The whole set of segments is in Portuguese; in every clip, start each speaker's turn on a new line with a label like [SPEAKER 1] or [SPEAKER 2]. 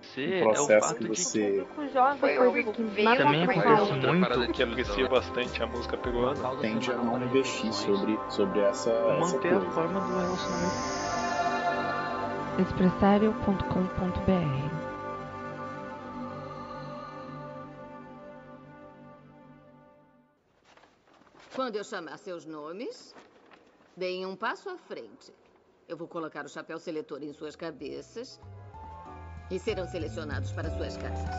[SPEAKER 1] Você
[SPEAKER 2] O
[SPEAKER 1] é o
[SPEAKER 2] Um processo
[SPEAKER 1] fato
[SPEAKER 2] que
[SPEAKER 1] de
[SPEAKER 2] você
[SPEAKER 3] Foi algo que veio
[SPEAKER 4] Mas
[SPEAKER 1] também
[SPEAKER 4] não foi
[SPEAKER 1] acontece
[SPEAKER 4] algo.
[SPEAKER 1] muito
[SPEAKER 5] parada que
[SPEAKER 1] isso,
[SPEAKER 5] aprecia
[SPEAKER 1] né?
[SPEAKER 5] bastante a música peruana.
[SPEAKER 2] tende a não investir sobre, sobre essa, essa
[SPEAKER 1] manter a
[SPEAKER 2] coisa.
[SPEAKER 1] forma do relacionamento.
[SPEAKER 4] Expressario.com.br
[SPEAKER 3] Quando eu chamar seus nomes, deem um passo à frente. Eu vou colocar o chapéu seletor em suas cabeças e serão selecionados para suas casas.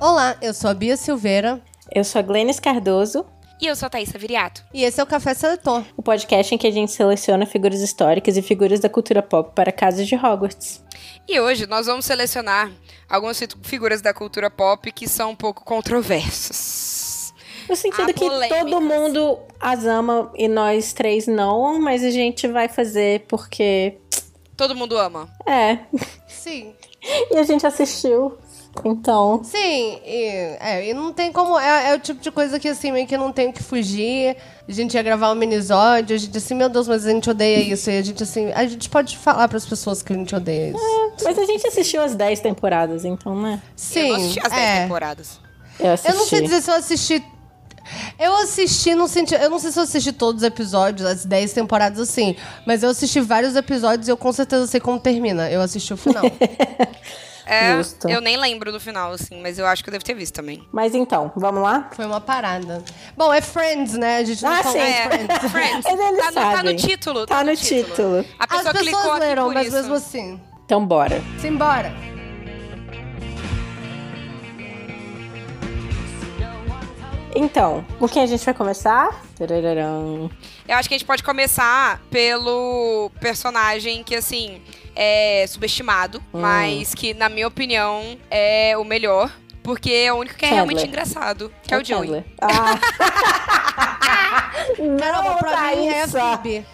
[SPEAKER 6] Olá, eu sou a Bia Silveira
[SPEAKER 7] Eu sou a Glênis Cardoso,
[SPEAKER 8] E eu sou a Thaisa Viriato.
[SPEAKER 6] e esse é o Café Seletor.
[SPEAKER 7] o podcast em que a gente seleciona figuras históricas e figuras da cultura pop para casas de Hogwarts.
[SPEAKER 8] E hoje nós vamos selecionar algumas fitu- figuras da cultura pop que são um pouco controversas.
[SPEAKER 7] No sentido
[SPEAKER 8] Há
[SPEAKER 7] que
[SPEAKER 8] polêmicas.
[SPEAKER 7] todo mundo as ama e nós três não, mas a gente vai fazer porque.
[SPEAKER 8] Todo mundo ama.
[SPEAKER 7] É.
[SPEAKER 6] Sim,
[SPEAKER 7] E a gente assistiu. Então.
[SPEAKER 6] sim, e, é, e não tem como. É, é o tipo de coisa que assim, meio que não tem o que fugir. A gente ia gravar um minisódio, a gente assim, meu Deus, mas a gente odeia isso. E a gente assim, a gente pode falar pras pessoas que a gente
[SPEAKER 7] É,
[SPEAKER 6] odeia isso.
[SPEAKER 7] Mas a gente assistiu as 10 temporadas, então, né?
[SPEAKER 6] Sim.
[SPEAKER 8] eu não assisti as 10
[SPEAKER 6] é.
[SPEAKER 8] temporadas.
[SPEAKER 7] Eu assisti.
[SPEAKER 6] Eu não sei dizer se eu assisti. Eu assisti, não senti, eu não sei se eu assisti todos os episódios, as 10 temporadas assim, mas eu assisti vários episódios e eu com certeza sei como termina. Eu assisti o final.
[SPEAKER 8] É,
[SPEAKER 7] Justo.
[SPEAKER 8] eu nem lembro do final, assim, mas eu acho que eu devo ter visto também.
[SPEAKER 7] Mas então, vamos lá?
[SPEAKER 6] Foi uma parada. Bom, é Friends, né? A gente não
[SPEAKER 7] Ah,
[SPEAKER 6] falou
[SPEAKER 7] sim.
[SPEAKER 6] de
[SPEAKER 8] É,
[SPEAKER 6] Friends.
[SPEAKER 8] Friends.
[SPEAKER 7] Mas eles
[SPEAKER 8] tá, no, tá no
[SPEAKER 7] sabem.
[SPEAKER 8] título.
[SPEAKER 7] Tá no título.
[SPEAKER 8] A
[SPEAKER 6] As
[SPEAKER 8] pessoa clicou
[SPEAKER 6] pessoas
[SPEAKER 8] aqui
[SPEAKER 6] leram,
[SPEAKER 8] por
[SPEAKER 6] mas
[SPEAKER 8] isso.
[SPEAKER 6] mesmo assim.
[SPEAKER 7] Então, bora.
[SPEAKER 6] Simbora.
[SPEAKER 7] Então, com quem a gente vai começar? Tarararã.
[SPEAKER 8] Eu acho que a gente pode começar pelo personagem que, assim, é subestimado,
[SPEAKER 7] Hum.
[SPEAKER 8] mas que, na minha opinião, é o melhor. Porque é o único que é
[SPEAKER 7] Chandler.
[SPEAKER 8] realmente engraçado, que é o Joey.
[SPEAKER 7] Chandler. Ah,
[SPEAKER 6] Caramba, pra mim é a
[SPEAKER 7] Thaisa.
[SPEAKER 6] Phoebe.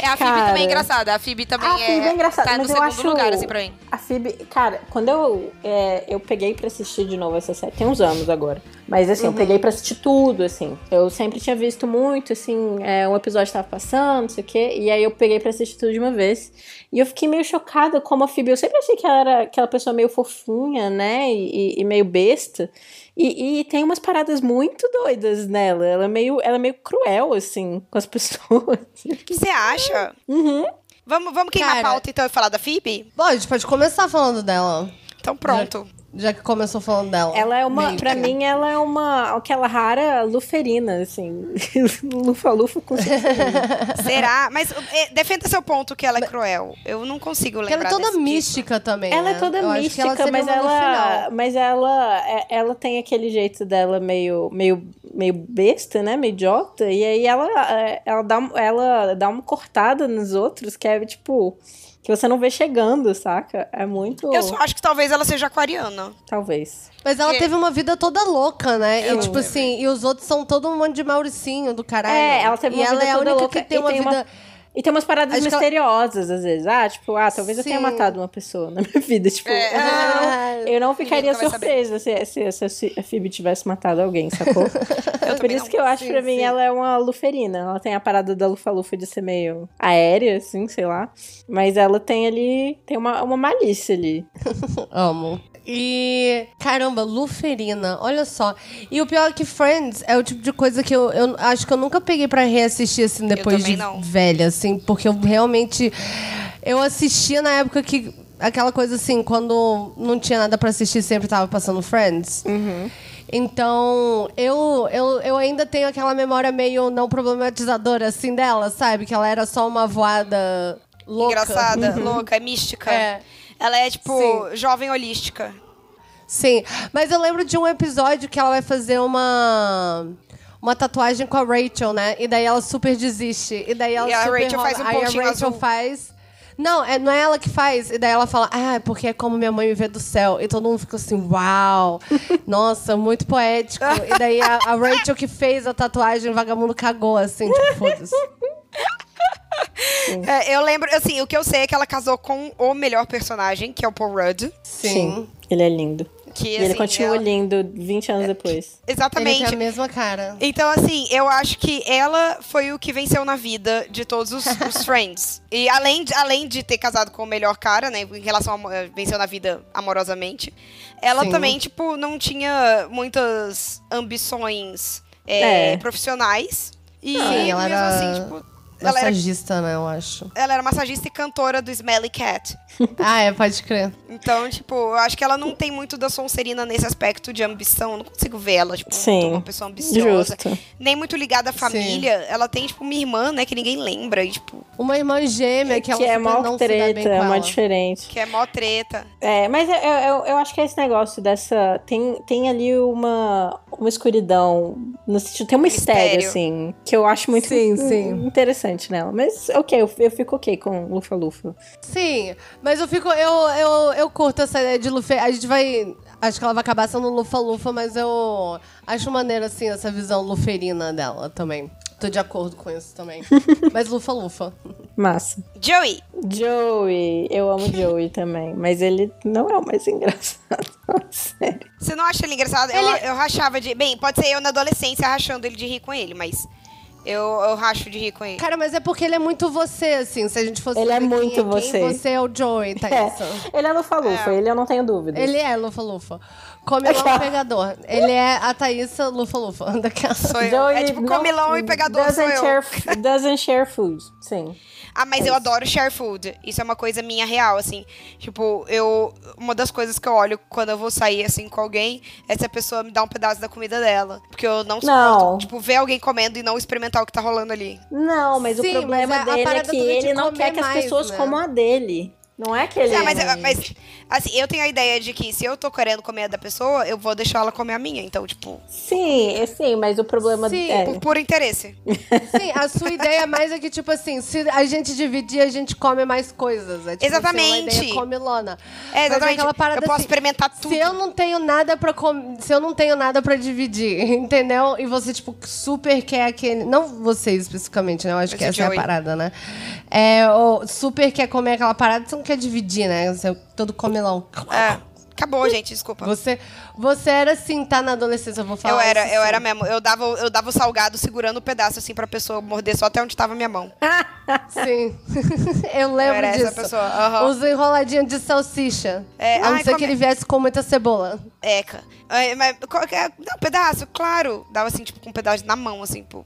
[SPEAKER 8] É, a Phoebe
[SPEAKER 7] Cara.
[SPEAKER 8] também é engraçada. A Phoebe também
[SPEAKER 7] A Phoebe é engraçada,
[SPEAKER 8] tá no
[SPEAKER 7] mas eu
[SPEAKER 8] segundo
[SPEAKER 7] acho-
[SPEAKER 8] lugar, assim, pra mim.
[SPEAKER 7] A Phoebe, cara, quando eu, é, eu peguei pra assistir de novo essa série, tem uns anos agora, mas assim, eu peguei pra assistir tudo, assim. Eu sempre tinha visto muito, assim, é, um episódio tava passando, não sei o quê, e aí eu peguei pra assistir tudo de uma vez. E eu fiquei meio chocada como a Phoebe, eu sempre achei que ela era aquela pessoa meio fofinha, né, e, e- e meio besta. E, e tem umas paradas muito doidas nela. Ela é meio, ela é meio cruel, assim, com as pessoas. Eu
[SPEAKER 8] O que
[SPEAKER 7] fiquei-
[SPEAKER 8] você acha?
[SPEAKER 7] Uhum.
[SPEAKER 8] Vamos, vamos queimar
[SPEAKER 6] Cara.
[SPEAKER 8] a pauta, então, e falar da Phoebe?
[SPEAKER 6] Bom, a gente pode começar falando dela.
[SPEAKER 8] Então, pronto.
[SPEAKER 6] Já que começou falando dela.
[SPEAKER 7] Ela é uma,
[SPEAKER 6] Meio
[SPEAKER 7] pra
[SPEAKER 6] que.
[SPEAKER 7] mim, ela é uma, aquela rara luferina, assim. Lufa-lufa com certeza.
[SPEAKER 8] Será? Mas é, defenda seu ponto que ela é cruel. Eu não consigo
[SPEAKER 6] Porque ela
[SPEAKER 8] lembrar
[SPEAKER 6] é toda
[SPEAKER 8] desse tipo.
[SPEAKER 6] mística também.
[SPEAKER 7] Ela é
[SPEAKER 6] né?
[SPEAKER 7] toda
[SPEAKER 6] Eu acho que
[SPEAKER 7] mística,
[SPEAKER 6] seria
[SPEAKER 7] mas,
[SPEAKER 6] uma no
[SPEAKER 7] ela,
[SPEAKER 6] final.
[SPEAKER 7] mas ela, é- ela tem aquele jeito dela meio, meio, meio besta, né? Meio idiota. E aí ela, é, ela, dá, um- ela dá uma cortada nos outros que é tipo. Que você não vê chegando, saca? É muito.
[SPEAKER 8] Eu só acho que talvez ela seja aquariana.
[SPEAKER 7] Talvez.
[SPEAKER 6] Mas ela
[SPEAKER 8] Que-
[SPEAKER 6] teve uma vida toda louca, né?
[SPEAKER 8] É. Eu
[SPEAKER 6] e tipo
[SPEAKER 8] lembro.
[SPEAKER 6] assim, e os outros são todo um monte de Mauricinho do caralho.
[SPEAKER 7] É, ela teve
[SPEAKER 6] e
[SPEAKER 7] uma
[SPEAKER 6] ela é
[SPEAKER 7] vida
[SPEAKER 6] a
[SPEAKER 7] toda
[SPEAKER 6] única
[SPEAKER 7] louca
[SPEAKER 6] que tem
[SPEAKER 7] e
[SPEAKER 6] uma
[SPEAKER 7] tem uma-
[SPEAKER 6] vida.
[SPEAKER 7] E tem umas paradas
[SPEAKER 6] Acho que ela-
[SPEAKER 7] misteriosas, às vezes. Ah, tipo, ah, talvez eu tenha
[SPEAKER 6] Sim.
[SPEAKER 7] matado uma pessoa na minha vida. Tipo,
[SPEAKER 8] É.
[SPEAKER 7] ah, Eu não ficaria
[SPEAKER 8] nunca vai
[SPEAKER 7] surpresa se, se, se a Pho- a Phoebe tivesse matado alguém, sacou?
[SPEAKER 8] Eu
[SPEAKER 7] Por
[SPEAKER 8] também
[SPEAKER 7] isso
[SPEAKER 8] não.
[SPEAKER 7] que eu acho,
[SPEAKER 6] Sim,
[SPEAKER 7] pra mim,
[SPEAKER 6] sim.
[SPEAKER 7] ela é uma luferina. Ela tem a parada da lufa-lufa de ser meio aérea, assim, sei lá. Mas ela tem ali, tem uma, uma malícia ali.
[SPEAKER 6] Amo. E. Caramba, Luferina, olha só. E o pior é que Friends é o tipo de coisa que eu, eu acho que eu nunca peguei pra reassistir, assim, depois
[SPEAKER 8] também
[SPEAKER 6] de
[SPEAKER 8] não.
[SPEAKER 6] velha, assim, porque eu realmente. Eu assistia na época que.
[SPEAKER 8] Uhum.
[SPEAKER 6] Aquela coisa assim, quando não tinha nada pra assistir, sempre tava passando Friends. Então, eu, eu, eu ainda tenho aquela memória meio não problematizadora, assim, dela, sabe? Que ela era só uma voada louca. Uhum.
[SPEAKER 8] Engraçada, louca, é mística.
[SPEAKER 6] É.
[SPEAKER 8] Ela é, tipo, jovem holística.
[SPEAKER 6] Sim, mas eu lembro de um episódio que ela vai fazer uma uma tatuagem com a Rachel, né? E daí ela super desiste. E daí ela
[SPEAKER 8] E a
[SPEAKER 6] super
[SPEAKER 8] Rachel
[SPEAKER 6] rola.
[SPEAKER 8] faz um
[SPEAKER 6] Aí a
[SPEAKER 8] pontinho
[SPEAKER 6] Rachel
[SPEAKER 8] azul.
[SPEAKER 6] faz. Não, é, não é ela que faz. E daí ela fala, ah, é porque é como minha mãe me vê do céu. E todo mundo fica assim, uau, nossa, muito poético. E daí a, a Rachel que fez a tatuagem, o vagabundo cagou, assim, tipo, foda-se.
[SPEAKER 8] É, eu lembro, assim, o que eu sei é que ela casou com o melhor personagem, que é o Paul Rudd.
[SPEAKER 6] Sim.
[SPEAKER 7] Ele é lindo.
[SPEAKER 8] Que,
[SPEAKER 7] E
[SPEAKER 8] assim,
[SPEAKER 7] ele continua
[SPEAKER 8] ela-
[SPEAKER 7] lindo 20 anos depois.
[SPEAKER 6] Ele
[SPEAKER 8] Exatamente.
[SPEAKER 6] tem a mesma cara.
[SPEAKER 8] Então, assim, eu acho que ela foi o que venceu na vida de todos os, os friends. E além de, além de ter casado com o melhor cara, né? Em relação a eh, venceu na vida amorosamente, ela
[SPEAKER 6] Sim.
[SPEAKER 8] também, tipo, não tinha muitas ambições eh,
[SPEAKER 7] É.
[SPEAKER 8] profissionais. E
[SPEAKER 6] Sim,
[SPEAKER 8] mesmo
[SPEAKER 6] ela era
[SPEAKER 8] assim, tipo, ela era,
[SPEAKER 6] Massagista, né, eu acho.
[SPEAKER 8] ela era massagista e cantora do Smelly Cat.
[SPEAKER 6] Ah, é, pode crer.
[SPEAKER 8] Então, tipo, eu acho que ela não tem muito da Sonserina nesse aspecto de ambição. Eu não consigo ver ela, tipo,
[SPEAKER 7] Sim.
[SPEAKER 8] uma pessoa ambiciosa.
[SPEAKER 7] Justo.
[SPEAKER 8] Nem muito ligada à família. Ela tem, tipo, uma irmã, né, que ninguém lembra. E, tipo,
[SPEAKER 6] Uma irmã gêmea que,
[SPEAKER 7] que
[SPEAKER 6] ela
[SPEAKER 7] é
[SPEAKER 6] super
[SPEAKER 7] mó
[SPEAKER 6] não se dá bem
[SPEAKER 7] treta,
[SPEAKER 6] com
[SPEAKER 7] é mó
[SPEAKER 6] ela.
[SPEAKER 7] diferente.
[SPEAKER 8] que é mó treta.
[SPEAKER 7] É, mas eu, eu, eu acho que é esse negócio dessa. Tem, tem ali uma, uma escuridão. No sentido, tem um mistério,
[SPEAKER 8] Mistério.
[SPEAKER 7] assim. Que eu acho muito
[SPEAKER 6] Sim,
[SPEAKER 7] in-
[SPEAKER 6] sim.
[SPEAKER 7] interessante nela. Mas ok, eu, eu fico ok com Lufa Lufa.
[SPEAKER 6] Sim, mas eu fico. Eu, eu, eu curto essa ideia de Luffy. A gente vai. Acho que ela vai acabar sendo Lufa-Lufa, mas eu acho maneiro, assim, essa visão luferina dela também. Tô de acordo com isso também. mas Lufa-Lufa.
[SPEAKER 7] Massa.
[SPEAKER 8] Joey,
[SPEAKER 7] Joey, eu amo Joey também. Mas ele não é o mais engraçado. Sério.
[SPEAKER 8] você não acha ele engraçado? Eu, eu rachava de... Bem, pode ser eu na adolescência rachando ele de rir com ele, mas... Eu, eu racho de rir com ele.
[SPEAKER 6] Cara, mas é porque ele é muito você, assim. Se a gente fosse.
[SPEAKER 7] Ele é
[SPEAKER 6] ver quem
[SPEAKER 7] muito
[SPEAKER 6] quem,
[SPEAKER 7] você.
[SPEAKER 6] Você é o Joey, tá isso?
[SPEAKER 7] É, ele é Lufa Lufa, ele eu não tenho dúvidas.
[SPEAKER 6] Ele é Lufa-Lufa. Comilão e pegador. Ele é a Thaísa Lufa-Lufa. Daquela.
[SPEAKER 8] Sou eu. é tipo
[SPEAKER 7] não-
[SPEAKER 8] comilão e pegador, sou
[SPEAKER 7] doesn't
[SPEAKER 8] eu.
[SPEAKER 7] share, doesn't share food, sim.
[SPEAKER 8] Ah, mas eu adoro share food. Isso é uma coisa minha real, assim. Tipo, eu. Uma das coisas que eu olho quando eu vou sair, assim, com alguém é se a pessoa me dá um pedaço da comida dela. Porque eu não suporto,
[SPEAKER 7] Não.
[SPEAKER 8] tipo, ver alguém comendo e não experimentar o que tá rolando ali.
[SPEAKER 7] Não, mas
[SPEAKER 6] Sim,
[SPEAKER 7] o problema
[SPEAKER 6] mas a- a
[SPEAKER 7] dele é
[SPEAKER 6] parada
[SPEAKER 7] que
[SPEAKER 6] também de
[SPEAKER 7] ele não
[SPEAKER 6] comer
[SPEAKER 7] quer que as
[SPEAKER 6] mais,
[SPEAKER 7] pessoas
[SPEAKER 6] né?
[SPEAKER 7] comam a dele. Não é que ele.
[SPEAKER 8] É, mas, mas, assim, eu tenho a ideia de que se eu tô querendo comer a da pessoa, eu vou deixar ela comer a minha. Então, tipo,
[SPEAKER 7] Sim, é, sim, mas o problema
[SPEAKER 6] Sim,
[SPEAKER 7] é.
[SPEAKER 8] por puro interesse.
[SPEAKER 6] Sim, a sua ideia mais é que, tipo assim, se a gente dividir, a gente come mais coisas. É, tipo, Assim, uma
[SPEAKER 8] Exatamente.
[SPEAKER 6] ideia comilona.
[SPEAKER 8] É,
[SPEAKER 6] Mas
[SPEAKER 8] exatamente.
[SPEAKER 6] aquela parada
[SPEAKER 8] eu posso
[SPEAKER 6] assim,
[SPEAKER 8] experimentar tudo.
[SPEAKER 6] Se eu não tenho nada pra com- se eu não tenho nada para dividir, entendeu? E você tipo super quer aquele, não você especificamente, né? Eu acho
[SPEAKER 8] Mas
[SPEAKER 6] que
[SPEAKER 8] o
[SPEAKER 6] essa é a
[SPEAKER 8] Joey.
[SPEAKER 6] parada, né? É, ou super quer comer aquela parada, você não quer dividir, né? Você é todo comilão.
[SPEAKER 8] É. Acabou, gente, desculpa.
[SPEAKER 6] Você você era assim, tá na adolescência, eu vou falar.
[SPEAKER 8] Eu era,
[SPEAKER 6] isso
[SPEAKER 8] eu
[SPEAKER 6] sim.
[SPEAKER 8] era mesmo. Eu dava, eu dava o salgado segurando o pedaço, assim, pra pessoa morder só até onde tava a minha mão.
[SPEAKER 6] Sim. eu lembro
[SPEAKER 8] era
[SPEAKER 6] disso.
[SPEAKER 8] essa pessoa, aham.
[SPEAKER 6] Os enroladinhos um de salsicha.
[SPEAKER 8] É,
[SPEAKER 6] a não
[SPEAKER 8] ai,
[SPEAKER 6] ser que
[SPEAKER 8] come-
[SPEAKER 6] ele viesse com muita cebola.
[SPEAKER 8] Eca. É, mas qualquer. Não, pedaço, claro. Dava assim, tipo, com um pedaço na mão, assim, pô.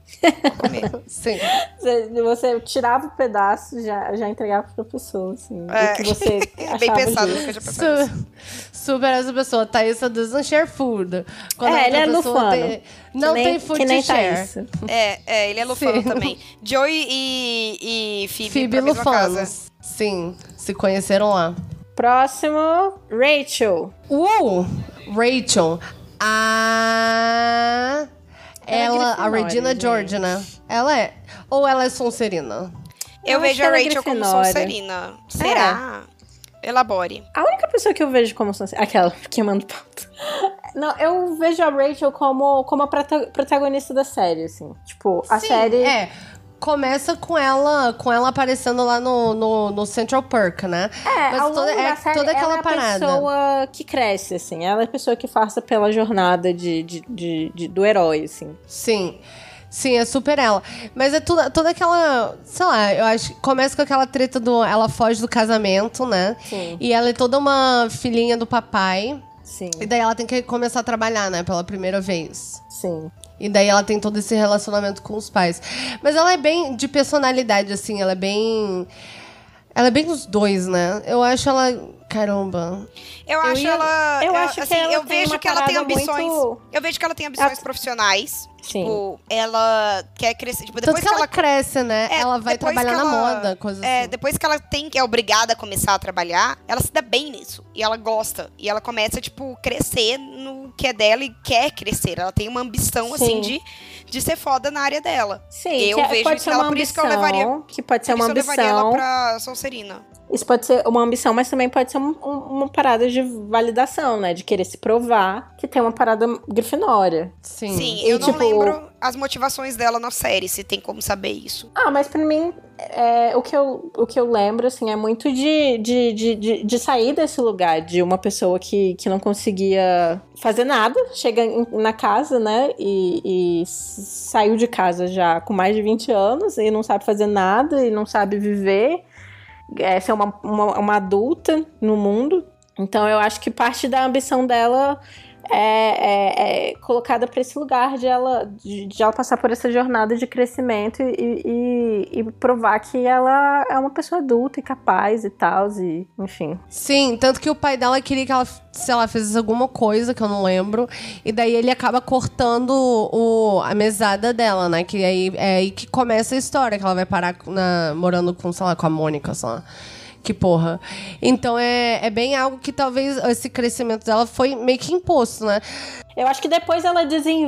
[SPEAKER 8] Comer.
[SPEAKER 6] Sim.
[SPEAKER 7] Você, você tirava o pedaço já já entregava pra pessoa, assim.
[SPEAKER 8] É.
[SPEAKER 7] O que você achava
[SPEAKER 8] Bem pensado,
[SPEAKER 7] justo.
[SPEAKER 8] nunca tinha
[SPEAKER 6] Su
[SPEAKER 8] pensado nisso.
[SPEAKER 6] super essa pessoa. Thaís doesn't share food. Quando
[SPEAKER 7] É,
[SPEAKER 6] a
[SPEAKER 7] ele
[SPEAKER 6] outra
[SPEAKER 7] é
[SPEAKER 6] pessoa
[SPEAKER 7] lufano.
[SPEAKER 6] tem- Não
[SPEAKER 7] Que nem-
[SPEAKER 6] tem food
[SPEAKER 7] que nem tá
[SPEAKER 6] to share.
[SPEAKER 7] Thaís.
[SPEAKER 8] É, é, ele é lufano
[SPEAKER 6] Sim.
[SPEAKER 8] também. Joey e, e Phoebe,
[SPEAKER 6] Phoebe
[SPEAKER 8] pra mesma casa.
[SPEAKER 6] Lufanos. Sim, se conheceram lá.
[SPEAKER 7] Próximo, Rachel.
[SPEAKER 6] Uou! Rachel. A...
[SPEAKER 7] Ela é
[SPEAKER 6] Ela, a
[SPEAKER 7] Grifinória,
[SPEAKER 6] Regina
[SPEAKER 7] gente.
[SPEAKER 6] George, né? Ela é. Ou ela é Sonserina?
[SPEAKER 8] Eu,
[SPEAKER 7] acho
[SPEAKER 8] vejo
[SPEAKER 7] que
[SPEAKER 8] a
[SPEAKER 7] ela é
[SPEAKER 8] Rachel como
[SPEAKER 7] Grifinória.
[SPEAKER 8] Sonserina. Será? Elabore.
[SPEAKER 7] A única pessoa que eu vejo como Sansa- Aquela, queimando pauta. Não, eu vejo a Rachel como, como a prota- protagonista da série, assim. Tipo, a
[SPEAKER 6] Sim,
[SPEAKER 7] série.
[SPEAKER 6] É. Começa com ela, com ela aparecendo lá no, no, no Central Perk, né?
[SPEAKER 7] É,
[SPEAKER 6] Mas
[SPEAKER 7] ao longo
[SPEAKER 6] toda- é
[SPEAKER 7] da série,
[SPEAKER 6] toda aquela
[SPEAKER 7] ela é a
[SPEAKER 6] parada.
[SPEAKER 7] pessoa que cresce, assim. Ela é a pessoa que passa pela jornada de, de, de- de- do herói, assim.
[SPEAKER 6] Sim. Sim, é super ela. Mas é tudo, toda aquela. Sei lá, eu acho que começa com aquela treta do. Ela foge do casamento, né?
[SPEAKER 7] Sim.
[SPEAKER 6] E ela é toda uma filhinha do papai.
[SPEAKER 7] Sim,
[SPEAKER 6] E daí ela tem que começar a trabalhar, né? Pela primeira vez.
[SPEAKER 7] sim.
[SPEAKER 6] E daí ela tem todo esse relacionamento com os pais. Mas ela é bem de personalidade, assim, ela é bem. Ela é bem os dois, né? Eu acho ela. Caramba.
[SPEAKER 8] Eu acho
[SPEAKER 7] ia-
[SPEAKER 8] ela.
[SPEAKER 7] eu acho que
[SPEAKER 8] assim,
[SPEAKER 7] ela
[SPEAKER 8] eu
[SPEAKER 7] tem
[SPEAKER 8] vejo
[SPEAKER 7] uma
[SPEAKER 8] que ela tem
[SPEAKER 7] parada
[SPEAKER 8] ambições.
[SPEAKER 7] muito-
[SPEAKER 8] Eu vejo que ela tem ambições
[SPEAKER 7] Ela-
[SPEAKER 8] profissionais.
[SPEAKER 7] Sim.
[SPEAKER 8] Tipo, ela quer crescer. Tipo,
[SPEAKER 6] Tanto
[SPEAKER 8] depois
[SPEAKER 6] que ela, cresce, né?
[SPEAKER 8] É,
[SPEAKER 6] ela vai
[SPEAKER 8] depois
[SPEAKER 6] trabalhar
[SPEAKER 8] que
[SPEAKER 6] na
[SPEAKER 8] ela-
[SPEAKER 6] moda, coisa
[SPEAKER 8] É,
[SPEAKER 6] assim.
[SPEAKER 8] depois que ela tem, é obrigada a começar a trabalhar, ela se dá bem nisso. E ela gosta. E ela começa, tipo, crescer no que é dela e quer crescer. Ela tem uma ambição, assim,
[SPEAKER 7] Sim.
[SPEAKER 8] de, de ser foda na área dela.
[SPEAKER 7] Sim,
[SPEAKER 8] Eu
[SPEAKER 7] que é-
[SPEAKER 8] vejo
[SPEAKER 7] pode
[SPEAKER 8] isso
[SPEAKER 7] ser
[SPEAKER 8] nela,
[SPEAKER 7] uma
[SPEAKER 8] por isso que eu
[SPEAKER 7] ambição,
[SPEAKER 8] levaria-
[SPEAKER 7] que pode ser
[SPEAKER 8] Por
[SPEAKER 7] uma
[SPEAKER 8] isso eu levaria ela
[SPEAKER 7] ambição.
[SPEAKER 8] pra Sonserina.
[SPEAKER 7] Isso pode ser uma ambição, mas também pode ser um- um- uma parada de validação, né? De querer se provar que tem uma parada grifinória.
[SPEAKER 6] Sim.
[SPEAKER 8] Sim, eu
[SPEAKER 7] E,
[SPEAKER 8] não
[SPEAKER 7] tipo-
[SPEAKER 8] lembro as motivações dela na série, se tem como saber isso.
[SPEAKER 7] Ah, mas pra mim, é, o, que eu, o que eu lembro, assim, é muito de, de, de, de, de sair desse lugar de uma pessoa que, que não conseguia fazer nada, chega em- na casa, né, e, e s- saiu de casa já com mais de 20 anos e não sabe fazer nada e não sabe viver, é, ser uma, uma, uma adulta no mundo. Então eu acho que parte da ambição dela é, é- é colocada para esse lugar de ela, de, de ela passar por essa jornada de crescimento e, e- e provar que ela é uma pessoa adulta e capaz e tal, e enfim.
[SPEAKER 6] Sim, tanto que o pai dela queria que ela, sei lá, fizesse alguma coisa que eu não lembro. E daí ele acaba cortando o, a mesada dela, né? Que aí é aí que começa a história, que ela vai parar na- morando com, sei lá, com a Mônica, sei lá. Que porra. Então é, é bem algo que talvez esse crescimento dela foi meio que imposto, né?
[SPEAKER 7] Eu acho que depois ela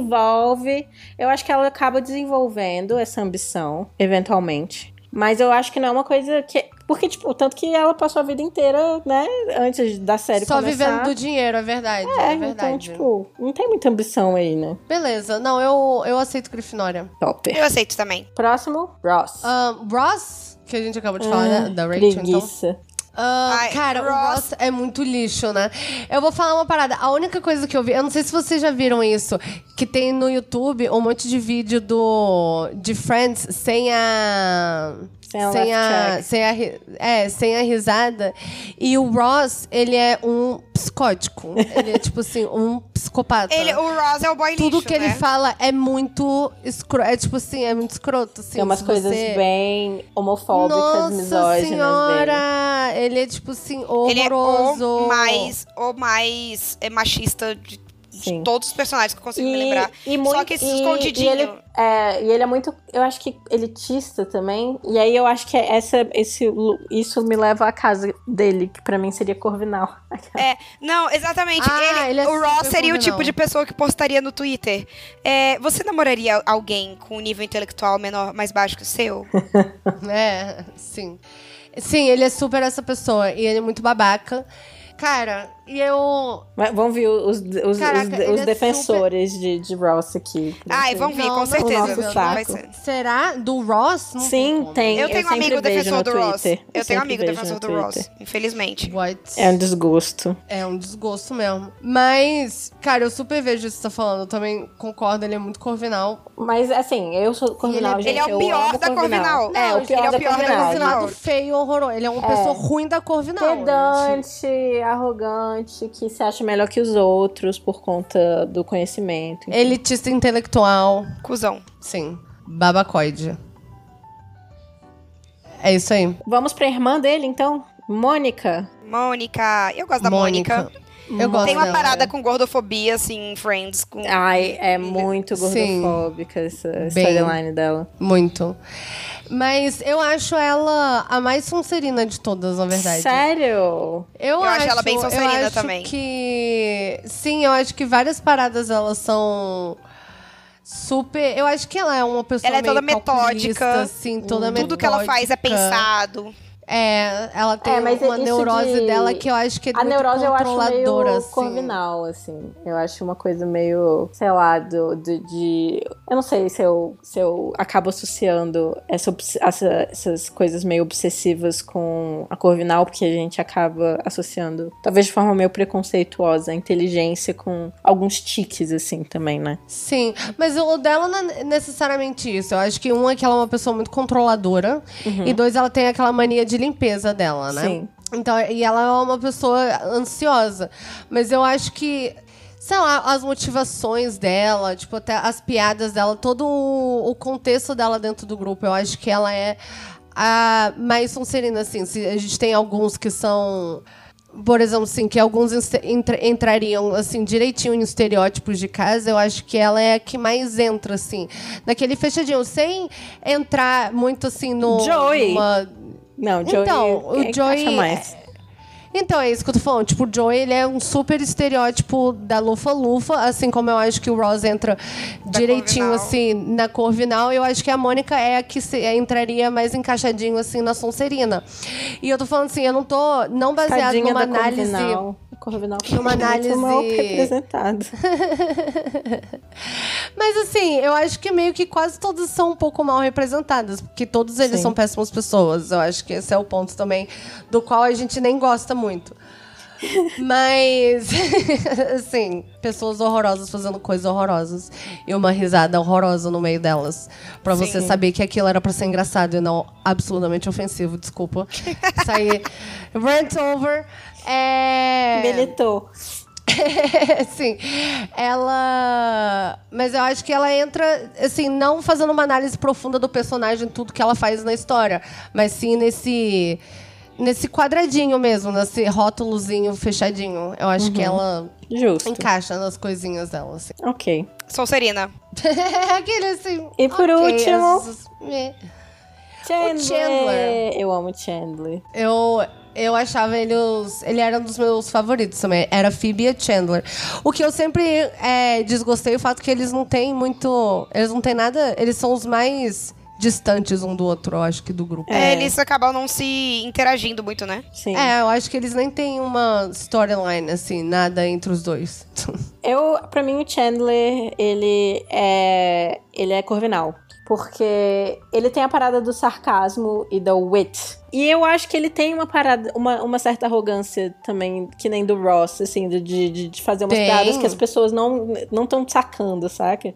[SPEAKER 7] desenvolve, eu acho que ela acaba desenvolvendo essa ambição, eventualmente. Mas eu acho que não é uma coisa que. Porque, tipo, tanto que ela passou a vida inteira, né, antes da série
[SPEAKER 6] Só
[SPEAKER 7] começar.
[SPEAKER 6] vivendo do dinheiro, é verdade. É,
[SPEAKER 7] É,
[SPEAKER 6] verdade.
[SPEAKER 7] então, tipo, não tem muita ambição aí, né?
[SPEAKER 6] Beleza, não, eu, eu aceito Grifinória.
[SPEAKER 7] Topper.
[SPEAKER 8] Eu aceito
[SPEAKER 7] Tá.
[SPEAKER 8] também.
[SPEAKER 7] Próximo, Ross.
[SPEAKER 6] Ahn, Ross, que a gente acabou de falar, né? Da Rachel, então.
[SPEAKER 7] Ah, Preguiça.
[SPEAKER 6] Ah,
[SPEAKER 8] Ai,
[SPEAKER 6] cara, o
[SPEAKER 8] Ross.
[SPEAKER 6] Ross é muito lixo, né? Eu vou falar uma parada. A única coisa que eu vi, eu não sei se vocês já viram isso, que tem no YouTube um monte de vídeo do de Friends sem a
[SPEAKER 7] Sem a
[SPEAKER 6] sem
[SPEAKER 7] laugh
[SPEAKER 6] a,
[SPEAKER 7] track.
[SPEAKER 6] sem a ri- é, sem a risada. E o Ross, ele é um psicótico. Ele é tipo assim, um psicopata.
[SPEAKER 8] Ele,
[SPEAKER 7] um
[SPEAKER 8] o Ross é o boy
[SPEAKER 6] Tudo
[SPEAKER 8] lixo,
[SPEAKER 6] que ele
[SPEAKER 8] né?
[SPEAKER 6] fala é muito escroto. É tipo assim, é muito escroto. Assim,
[SPEAKER 7] Tem umas
[SPEAKER 6] se
[SPEAKER 7] coisas
[SPEAKER 6] você-
[SPEAKER 7] bem homofóbicas,
[SPEAKER 6] nossa
[SPEAKER 7] misóginas dele.
[SPEAKER 6] senhora! Ele é tipo assim, horroroso.
[SPEAKER 8] Ele é o mais, o mais é, machista de, de
[SPEAKER 7] Sim.
[SPEAKER 8] todos os personagens que eu consigo me lembrar.
[SPEAKER 7] e
[SPEAKER 8] Só que esse
[SPEAKER 7] e-
[SPEAKER 8] escondidinho.
[SPEAKER 7] E ele, é, e ele é muito. Eu acho que elitista também. E aí eu acho que essa, esse, lu- isso me leva à casa dele, que pra mim seria Corvinal.
[SPEAKER 8] Não, exatamente.
[SPEAKER 6] Ah,
[SPEAKER 8] ele,
[SPEAKER 6] ele é
[SPEAKER 8] o Ross
[SPEAKER 6] super
[SPEAKER 8] seria o
[SPEAKER 6] combinão.
[SPEAKER 8] tipo de pessoa que postaria no Twitter. é, você namoraria alguém com um nível intelectual menor, mais baixo que o seu?
[SPEAKER 6] É, sim. Sim, ele é super essa pessoa. E ele é muito babaca. Cara, e eu.
[SPEAKER 7] Mas vamos ver os, os- os,
[SPEAKER 6] Caraca,
[SPEAKER 7] os-
[SPEAKER 6] ele é
[SPEAKER 7] os
[SPEAKER 6] super-
[SPEAKER 7] defensores de, de Ross aqui. Assim,
[SPEAKER 8] Ai, vamos ver,
[SPEAKER 6] Não,
[SPEAKER 8] com
[SPEAKER 6] não,
[SPEAKER 8] certeza.
[SPEAKER 7] nosso
[SPEAKER 8] Vai
[SPEAKER 7] saco.
[SPEAKER 8] ser.
[SPEAKER 6] Será? Do Ross? Não
[SPEAKER 7] Sim,
[SPEAKER 6] como.
[SPEAKER 7] tem.
[SPEAKER 8] Eu tenho um amigo
[SPEAKER 7] sempre vejo
[SPEAKER 8] defensor
[SPEAKER 7] no
[SPEAKER 8] do Ross.
[SPEAKER 7] Twitter.
[SPEAKER 8] Eu tenho um
[SPEAKER 7] sempre
[SPEAKER 8] amigo
[SPEAKER 7] vejo
[SPEAKER 8] defensor
[SPEAKER 7] no
[SPEAKER 8] do
[SPEAKER 7] Twitter.
[SPEAKER 8] Ross, infelizmente.
[SPEAKER 6] What?
[SPEAKER 7] É um desgosto.
[SPEAKER 6] É um desgosto mesmo. Mas, cara, eu super vejo isso que você tá falando. Eu também concordo, ele é muito corvinal.
[SPEAKER 7] Mas assim, eu sou Corvinal,
[SPEAKER 6] Ele-
[SPEAKER 7] gente.
[SPEAKER 8] ele é o
[SPEAKER 7] eu
[SPEAKER 8] pior
[SPEAKER 7] amo
[SPEAKER 8] da Corvinal.
[SPEAKER 7] É,
[SPEAKER 8] Não,
[SPEAKER 7] o pior
[SPEAKER 8] ele é o
[SPEAKER 7] da
[SPEAKER 8] pior da
[SPEAKER 7] Corvinal.
[SPEAKER 8] Corvinal.
[SPEAKER 6] um Corvinal feio, horroroso. Ele é uma pessoa ruim da corvinal. gente.
[SPEAKER 7] Pedante, arrogante, que se acha melhor que os outros por conta do conhecimento.
[SPEAKER 6] É. Elitista intelectual.
[SPEAKER 8] Cusão.
[SPEAKER 6] Sim. Babacoide. É isso aí.
[SPEAKER 7] Vamos pra irmã dele, então? Mônica.
[SPEAKER 8] Mônica. Eu gosto da Mônica.
[SPEAKER 6] Eu gosto
[SPEAKER 8] Tem uma
[SPEAKER 6] dela.
[SPEAKER 8] parada com gordofobia, assim, em Friends. Com...
[SPEAKER 7] Ai, é muito
[SPEAKER 6] Sim.
[SPEAKER 7] gordofóbica essa
[SPEAKER 6] Bem.
[SPEAKER 7] storyline dela.
[SPEAKER 6] Muito. Mas eu acho ela a mais sonserina de todas, na É verdade.
[SPEAKER 7] Sério?
[SPEAKER 6] Eu,
[SPEAKER 8] Eu acho ela bem Sonserina
[SPEAKER 6] eu acho
[SPEAKER 8] também.
[SPEAKER 6] que... Sim, eu acho que várias paradas elas são super... Eu acho que ela é uma pessoa
[SPEAKER 8] Ela é toda
[SPEAKER 6] meio calculista,
[SPEAKER 8] metódica.
[SPEAKER 6] assim, toda
[SPEAKER 8] Tudo que ela faz é
[SPEAKER 6] metódica.
[SPEAKER 8] pensado.
[SPEAKER 6] É, ela tem
[SPEAKER 7] É, mas
[SPEAKER 6] uma
[SPEAKER 7] isso
[SPEAKER 6] neurose
[SPEAKER 7] de-
[SPEAKER 6] dela que eu acho que é
[SPEAKER 7] A
[SPEAKER 6] muito
[SPEAKER 7] neurose eu acho
[SPEAKER 6] controladora,
[SPEAKER 7] meio
[SPEAKER 6] assim.
[SPEAKER 7] corvinal, assim. Eu acho uma coisa meio, sei lá, do, do- de... Eu não sei se eu, se eu acabo associando essa obs- essa- essas coisas meio obsessivas com a corvinal, porque a gente acaba associando, talvez de forma meio preconceituosa, a inteligência com alguns tiques, assim, também, né?
[SPEAKER 6] Sim, mas o dela não é necessariamente isso. Eu acho que, um, é que ela é uma pessoa muito controladora. E dois, ela tem aquela mania de limpeza dela, né?
[SPEAKER 7] Sim.
[SPEAKER 6] Então, e ela é uma pessoa ansiosa. Mas eu acho que, sei lá, as motivações dela, tipo, até as piadas dela, todo o, o contexto dela dentro do grupo, eu acho que ela é a mais Sonserina, assim. Se a gente tem alguns que são por exemplo, assim, que alguns inst- entra- entrariam, assim, direitinho em estereótipos de casa, eu acho que ela é a que mais entra, assim, naquele fechadinho, sem entrar muito, assim, no...
[SPEAKER 7] Joey.
[SPEAKER 6] numa-
[SPEAKER 7] Não, Joey.
[SPEAKER 6] Então, o
[SPEAKER 7] quem
[SPEAKER 6] Joey
[SPEAKER 7] encaixa mais?
[SPEAKER 6] Então, é isso que eu tô falando. Tipo, o Joey, ele é um super estereótipo da lufa-lufa, assim como eu acho que o Ross entra direitinho,
[SPEAKER 8] Corvinal.
[SPEAKER 6] assim, na Corvinal. Eu acho que a Mônica é a que se- é, entraria mais encaixadinho, assim, na Sonserina. E eu tô falando assim, eu não tô... Não baseado
[SPEAKER 7] Tadinha
[SPEAKER 6] numa
[SPEAKER 7] da
[SPEAKER 6] análise...
[SPEAKER 7] Corvinal. A Corvinal foi
[SPEAKER 6] numa
[SPEAKER 7] muito
[SPEAKER 6] análise-
[SPEAKER 7] mal representada.
[SPEAKER 6] Mas assim, eu acho que meio que quase todas são um pouco mal representadas, porque todos eles
[SPEAKER 7] Sim.
[SPEAKER 6] são péssimas pessoas. Eu acho que esse é o ponto também do qual a gente nem gosta muito. Mas, assim, pessoas horrorosas fazendo coisas horrorosas e uma risada horrorosa no meio delas. Pra você saber que aquilo era pra ser engraçado e não absolutamente ofensivo, desculpa. Sair. Rant over. É.
[SPEAKER 7] Beletou.
[SPEAKER 6] Sim. Ela. Mas eu acho que ela entra, assim, não fazendo uma análise profunda do personagem, tudo que ela faz na história, mas sim nesse. Nesse quadradinho mesmo, nesse rótulozinho fechadinho. Eu acho
[SPEAKER 7] Uhum.
[SPEAKER 6] que ela
[SPEAKER 7] Justo.
[SPEAKER 6] encaixa nas coisinhas dela, assim.
[SPEAKER 7] Ok.
[SPEAKER 8] Sonserina.
[SPEAKER 6] Aquele assim.
[SPEAKER 7] E por
[SPEAKER 6] ok,
[SPEAKER 7] último-
[SPEAKER 6] essas- é.
[SPEAKER 7] Chandler.
[SPEAKER 6] Chandler.
[SPEAKER 7] Eu amo Chandler.
[SPEAKER 6] Eu, eu achava ele os, ele era um dos meus favoritos também. Era Phoebe e Chandler. O que eu sempre é, desgostei é o fato que eles não têm muito. Eles não têm nada. Eles são os mais distantes um do outro, eu acho que do grupo.
[SPEAKER 8] É, eles acabam não se interagindo muito, né?
[SPEAKER 7] Sim.
[SPEAKER 6] É, eu acho que eles nem têm uma storyline, assim, nada entre os dois.
[SPEAKER 7] Eu, pra mim, o Chandler, ele é. Ele é corvinal. Porque ele tem a parada do sarcasmo e da wit. E eu acho que ele tem uma parada, uma, uma certa arrogância também, que nem do Ross, assim, de, de, de fazer umas
[SPEAKER 6] Tem.
[SPEAKER 7] piadas que as pessoas não não estão sacando, saca?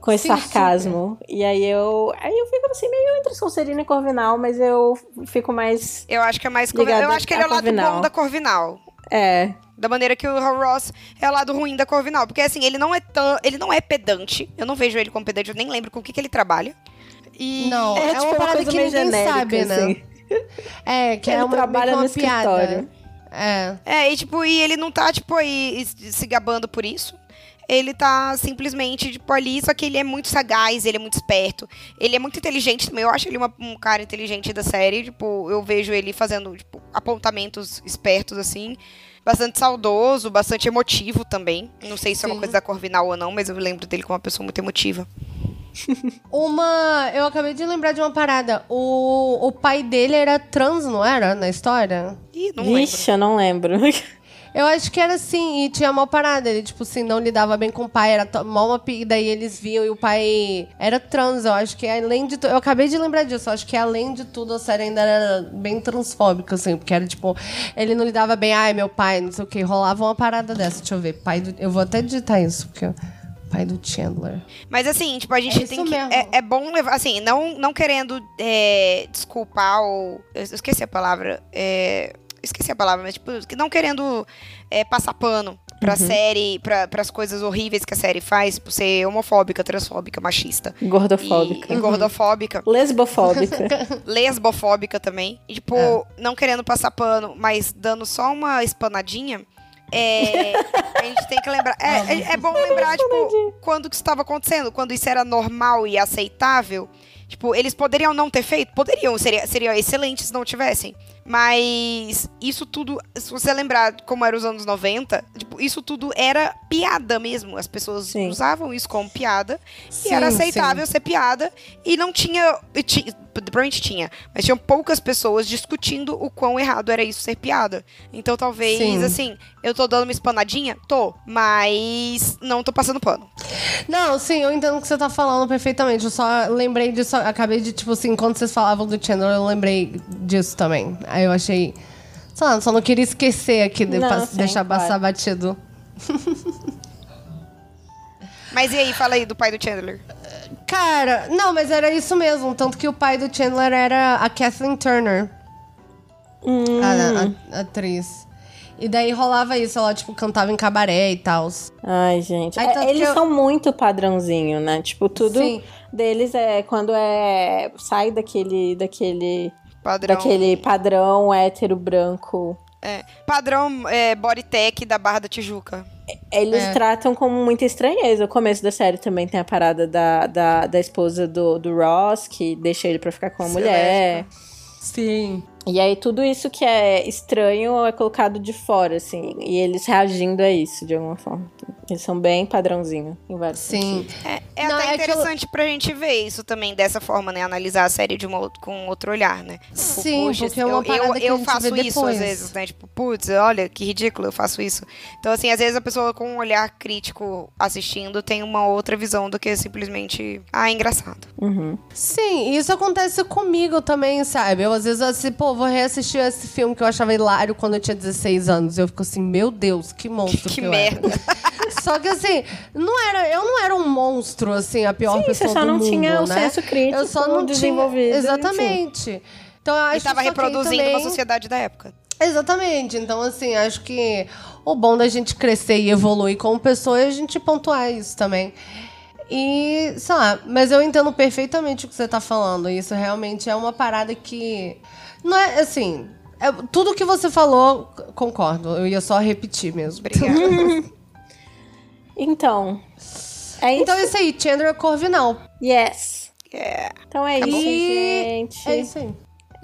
[SPEAKER 7] Com esse
[SPEAKER 6] Sim,
[SPEAKER 7] sarcasmo. E aí eu. Aí eu fico assim, meio entre Sonserina e Corvinal, mas eu fico mais.
[SPEAKER 8] Eu acho que é mais. Corvi-
[SPEAKER 7] Ligado
[SPEAKER 8] Eu acho que ele
[SPEAKER 7] à
[SPEAKER 8] é o lado
[SPEAKER 7] Corvinal.
[SPEAKER 8] bom da Corvinal.
[SPEAKER 7] É,
[SPEAKER 8] Da maneira que o Ross é o lado ruim da Corvinal. Porque assim, ele não é tão. Ele não é pedante. Eu não vejo ele como pedante, eu nem lembro com o que, que ele trabalha. E.
[SPEAKER 6] Não, é,
[SPEAKER 7] tipo
[SPEAKER 6] uma parada que ninguém sabe, né?
[SPEAKER 7] assim.
[SPEAKER 6] É, que
[SPEAKER 7] Ele
[SPEAKER 6] é uma,
[SPEAKER 7] trabalha
[SPEAKER 6] meio
[SPEAKER 7] no
[SPEAKER 6] que uma piada.
[SPEAKER 7] escritório.
[SPEAKER 6] É.
[SPEAKER 8] É, e tipo, e ele não tá, tipo, aí es- se gabando por isso. Ele tá simplesmente, tipo, ali, só que ele é muito sagaz, ele é muito esperto. Ele é muito inteligente também. Eu acho ele uma- um cara inteligente da série. Tipo, eu vejo ele fazendo, tipo, apontamentos espertos, assim. Bastante saudoso, bastante emotivo também. Não sei se é uma
[SPEAKER 6] Sim.
[SPEAKER 8] coisa da Corvinal ou não, mas eu lembro dele como uma pessoa muito emotiva.
[SPEAKER 6] Uma. Eu acabei de lembrar de uma parada. O, o pai dele era trans, não era? Na história?
[SPEAKER 8] Ih, não
[SPEAKER 7] Vixe, eu não lembro.
[SPEAKER 6] Eu acho que era assim, e tinha uma parada. Ele, tipo assim, não lidava bem com o pai, era to- mó uma pi- e Daí eles viam e o pai era trans. Eu acho que além de tudo. Eu acabei de lembrar disso. Eu acho que além de tudo, a série ainda era bem transfóbica, assim, porque era tipo. Ele não lidava bem, ai, meu pai, não sei o que. Rolava uma parada dessa. Deixa eu ver. Pai do. Eu vou até digitar isso, porque. Pai do Chandler.
[SPEAKER 8] lembro. Mas assim, tipo, a gente
[SPEAKER 6] É
[SPEAKER 8] tem
[SPEAKER 6] isso
[SPEAKER 8] que.
[SPEAKER 6] mesmo.
[SPEAKER 8] É, é bom levar. Assim, não, não querendo é, desculpar ou. Eu esqueci a palavra. é, esqueci a palavra, mas, tipo, que não querendo é, passar pano pra série, pra, pras coisas horríveis que a série faz, por ser homofóbica, transfóbica, machista. e-
[SPEAKER 7] Gordofóbica. Uhum.
[SPEAKER 8] E, gordofóbica.
[SPEAKER 7] Lesbofóbica.
[SPEAKER 8] lesbofóbica também. E, tipo, não querendo passar pano, mas dando só uma espanadinha. É, a gente tem que lembrar. É, é, é bom lembrar, tipo, quando que isso estava acontecendo, quando isso era normal e aceitável. Tipo, eles poderiam não ter feito? Poderiam, seria, seria excelente se não tivessem. Mas isso tudo, se você lembrar como era os anos 90, tipo, isso tudo era piada mesmo. As pessoas
[SPEAKER 7] Sim.
[SPEAKER 8] usavam isso como piada e era aceitável ser piada e não tinha, e ti- provavelmente tinha, mas tinham poucas pessoas discutindo o quão errado era isso ser piada. Então talvez
[SPEAKER 6] Sim.
[SPEAKER 8] assim, eu tô dando uma espanadinha, tô, mas não tô passando pano.
[SPEAKER 6] Não, sim, eu entendo o que você tá falando perfeitamente. Eu só lembrei disso, acabei de, tipo assim, quando vocês falavam do Chandler, eu lembrei disso também. Aí eu achei. Sei lá, só não queria esquecer aqui, de
[SPEAKER 7] Não,
[SPEAKER 6] pas-
[SPEAKER 7] sim,
[SPEAKER 6] deixar
[SPEAKER 7] claro.
[SPEAKER 6] passar batido.
[SPEAKER 8] Mas e aí, fala aí do pai do Chandler.
[SPEAKER 6] Cara, não, mas era isso mesmo. Tanto que o pai do Chandler era a Kathleen Turner,
[SPEAKER 7] Hum,
[SPEAKER 6] Ah, a, a- a atriz. E daí rolava isso, ela, tipo, cantava em cabaré e tal.
[SPEAKER 7] Ai, gente.
[SPEAKER 6] Aí
[SPEAKER 7] É,
[SPEAKER 6] tanto que
[SPEAKER 7] eles
[SPEAKER 6] eu-
[SPEAKER 7] são muito padrãozinho, né? Tipo, tudo
[SPEAKER 6] Sim.
[SPEAKER 7] deles é quando é. Sai daquele. daquele.
[SPEAKER 8] Padrão.
[SPEAKER 7] Daquele padrão hétero branco
[SPEAKER 8] Padrão é, Bodytech da Barra da Tijuca.
[SPEAKER 7] Eles
[SPEAKER 6] É.
[SPEAKER 7] tratam com muita estranheza. O começo da série também tem a parada da, da, da esposa do, do Ross, que deixa ele pra ficar com a
[SPEAKER 8] Ser
[SPEAKER 7] mulher.
[SPEAKER 6] Sim.
[SPEAKER 7] E aí tudo isso que é estranho é colocado de fora, assim. E eles reagindo a isso, de alguma forma. Eles são bem padrãozinho em vários
[SPEAKER 6] Sim.
[SPEAKER 8] É
[SPEAKER 6] Não,
[SPEAKER 8] até
[SPEAKER 6] é que eu-
[SPEAKER 8] interessante pra gente ver isso também dessa forma, né? Analisar a série de uma out- com outro olhar, né? Tipo,
[SPEAKER 6] Sim,
[SPEAKER 8] puxa,
[SPEAKER 6] porque é uma
[SPEAKER 8] eu,
[SPEAKER 6] parada
[SPEAKER 8] eu,
[SPEAKER 6] que a
[SPEAKER 8] eu
[SPEAKER 6] gente
[SPEAKER 8] faço
[SPEAKER 6] vê
[SPEAKER 8] isso
[SPEAKER 6] depois.
[SPEAKER 8] às vezes, né? Tipo, putz, olha que ridículo, eu faço isso. Então, assim, às vezes a pessoa com um olhar crítico assistindo tem uma outra visão do que simplesmente, ah, é engraçado.
[SPEAKER 7] Uhum.
[SPEAKER 6] Sim, e isso acontece comigo também, sabe? Eu às vezes eu assim, pô, vou reassistir esse filme que eu achava hilário quando eu tinha 16 anos. Eu fico assim, meu Deus, que monstro que,
[SPEAKER 8] Que
[SPEAKER 6] eu
[SPEAKER 8] merda.
[SPEAKER 6] era. Só que assim, não era, eu não era um monstro assim, a pior
[SPEAKER 7] Sim,
[SPEAKER 6] pessoa
[SPEAKER 7] você só
[SPEAKER 6] do
[SPEAKER 7] não
[SPEAKER 6] mundo,
[SPEAKER 7] tinha o
[SPEAKER 6] né?
[SPEAKER 7] senso crítico
[SPEAKER 6] eu só não
[SPEAKER 7] desenvolvido.
[SPEAKER 6] tinha
[SPEAKER 7] enfim.
[SPEAKER 6] exatamente. Então eu acho
[SPEAKER 8] e tava
[SPEAKER 6] isso ok
[SPEAKER 8] reproduzindo
[SPEAKER 6] também.
[SPEAKER 8] uma sociedade da época.
[SPEAKER 6] Exatamente. Então, assim, acho que o bom da gente crescer e evoluir como pessoa é a gente pontuar isso também. E, sei lá, mas eu entendo perfeitamente o que você tá falando. Isso realmente é uma parada que. Não é assim. é- tudo que você falou, c- concordo. Eu ia só repetir mesmo.
[SPEAKER 8] Obrigada.
[SPEAKER 7] Então. É isso.
[SPEAKER 6] Então é isso aí, Chandra Corvinal.
[SPEAKER 7] Yes.
[SPEAKER 8] Yeah.
[SPEAKER 7] Então é
[SPEAKER 8] Acabou.
[SPEAKER 7] isso,
[SPEAKER 6] E-
[SPEAKER 7] gente.
[SPEAKER 6] É isso aí.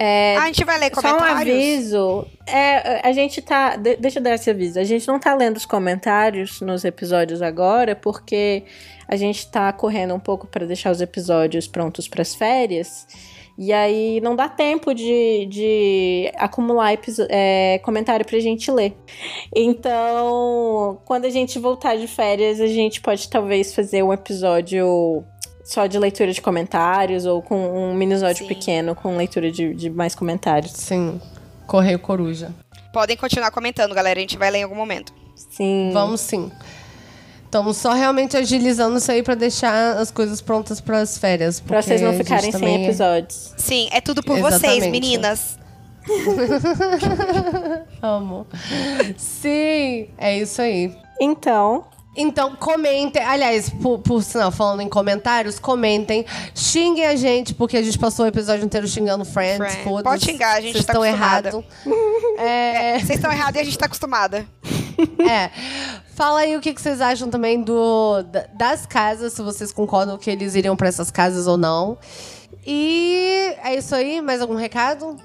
[SPEAKER 6] É.
[SPEAKER 8] Ah, a gente vai ler
[SPEAKER 7] Só um
[SPEAKER 8] comentários?
[SPEAKER 7] aviso. É, a gente tá. de- deixa eu dar esse aviso. A gente não tá lendo os comentários nos episódios agora, porque a gente tá correndo um pouco para deixar os episódios prontos para as férias. E aí não dá tempo de, de acumular episo- é, comentário pra gente ler. Então, quando a gente voltar de férias, a gente pode talvez fazer um episódio só de leitura de comentários ou com um minisódio
[SPEAKER 8] Sim.
[SPEAKER 7] pequeno com leitura de, de mais comentários.
[SPEAKER 6] Sim. Correio Coruja.
[SPEAKER 8] Podem continuar comentando, galera. A gente vai ler em algum momento.
[SPEAKER 7] Sim.
[SPEAKER 6] Vamos sim. Estamos só realmente agilizando isso aí pra deixar as coisas prontas pras férias.
[SPEAKER 7] Pra vocês não
[SPEAKER 6] porque a gente
[SPEAKER 7] ficarem sem
[SPEAKER 6] também é-
[SPEAKER 7] episódios.
[SPEAKER 8] Sim, é tudo por vocês,
[SPEAKER 6] Exatamente.
[SPEAKER 8] meninas.
[SPEAKER 6] Amo. Sim, é isso aí.
[SPEAKER 7] Então,
[SPEAKER 6] Então, comentem. Aliás, por, por sinal, falando em comentários, comentem. Xinguem a gente, porque a gente passou o episódio inteiro xingando Friends.
[SPEAKER 8] Friends.
[SPEAKER 6] foda-se,
[SPEAKER 8] Pode xingar, a gente
[SPEAKER 6] vocês
[SPEAKER 8] tá
[SPEAKER 6] estão
[SPEAKER 8] acostumada.
[SPEAKER 6] errado. É,
[SPEAKER 8] Vocês estão errados e a gente tá acostumada.
[SPEAKER 6] é. Fala aí o que, que vocês acham também do, da- das casas, se vocês concordam que eles iriam pra essas casas ou não. E é isso aí. Mais algum recado?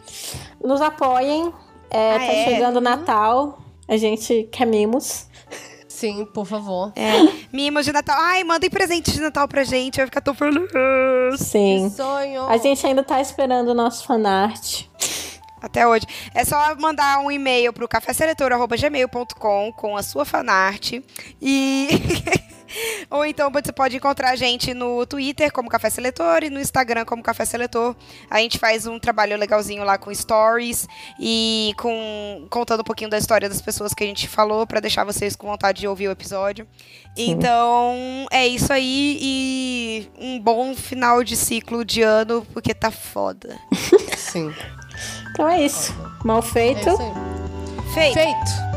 [SPEAKER 7] nos apoiem. É,
[SPEAKER 8] Ah,
[SPEAKER 7] tá
[SPEAKER 8] é?
[SPEAKER 7] chegando o
[SPEAKER 6] Uhum.
[SPEAKER 7] Natal. A gente quer mimos.
[SPEAKER 6] Sim, por favor.
[SPEAKER 8] Mimos de Natal. Ai, mandem presente de Natal pra gente. Eu vou ficar tão "Ah." feliz.
[SPEAKER 7] Sim.
[SPEAKER 6] Que sonho.
[SPEAKER 7] A gente ainda tá esperando o nosso fanart.
[SPEAKER 8] Até hoje. É só mandar um e-mail pro caféseletor.gmail.com com a sua fanart. E. Ou então você pode encontrar a gente no Twitter como Café Seletor e no Instagram como Café Seletor. A gente faz um trabalho legalzinho lá com stories e com contando um pouquinho da história das pessoas que a gente falou pra deixar vocês com vontade de ouvir o episódio. Então, é isso aí e um bom final de ciclo de ano porque tá foda.
[SPEAKER 6] Sim.
[SPEAKER 7] Então é isso. Mal
[SPEAKER 6] É
[SPEAKER 7] feito.
[SPEAKER 6] isso aí.
[SPEAKER 8] Feito.
[SPEAKER 6] Feito.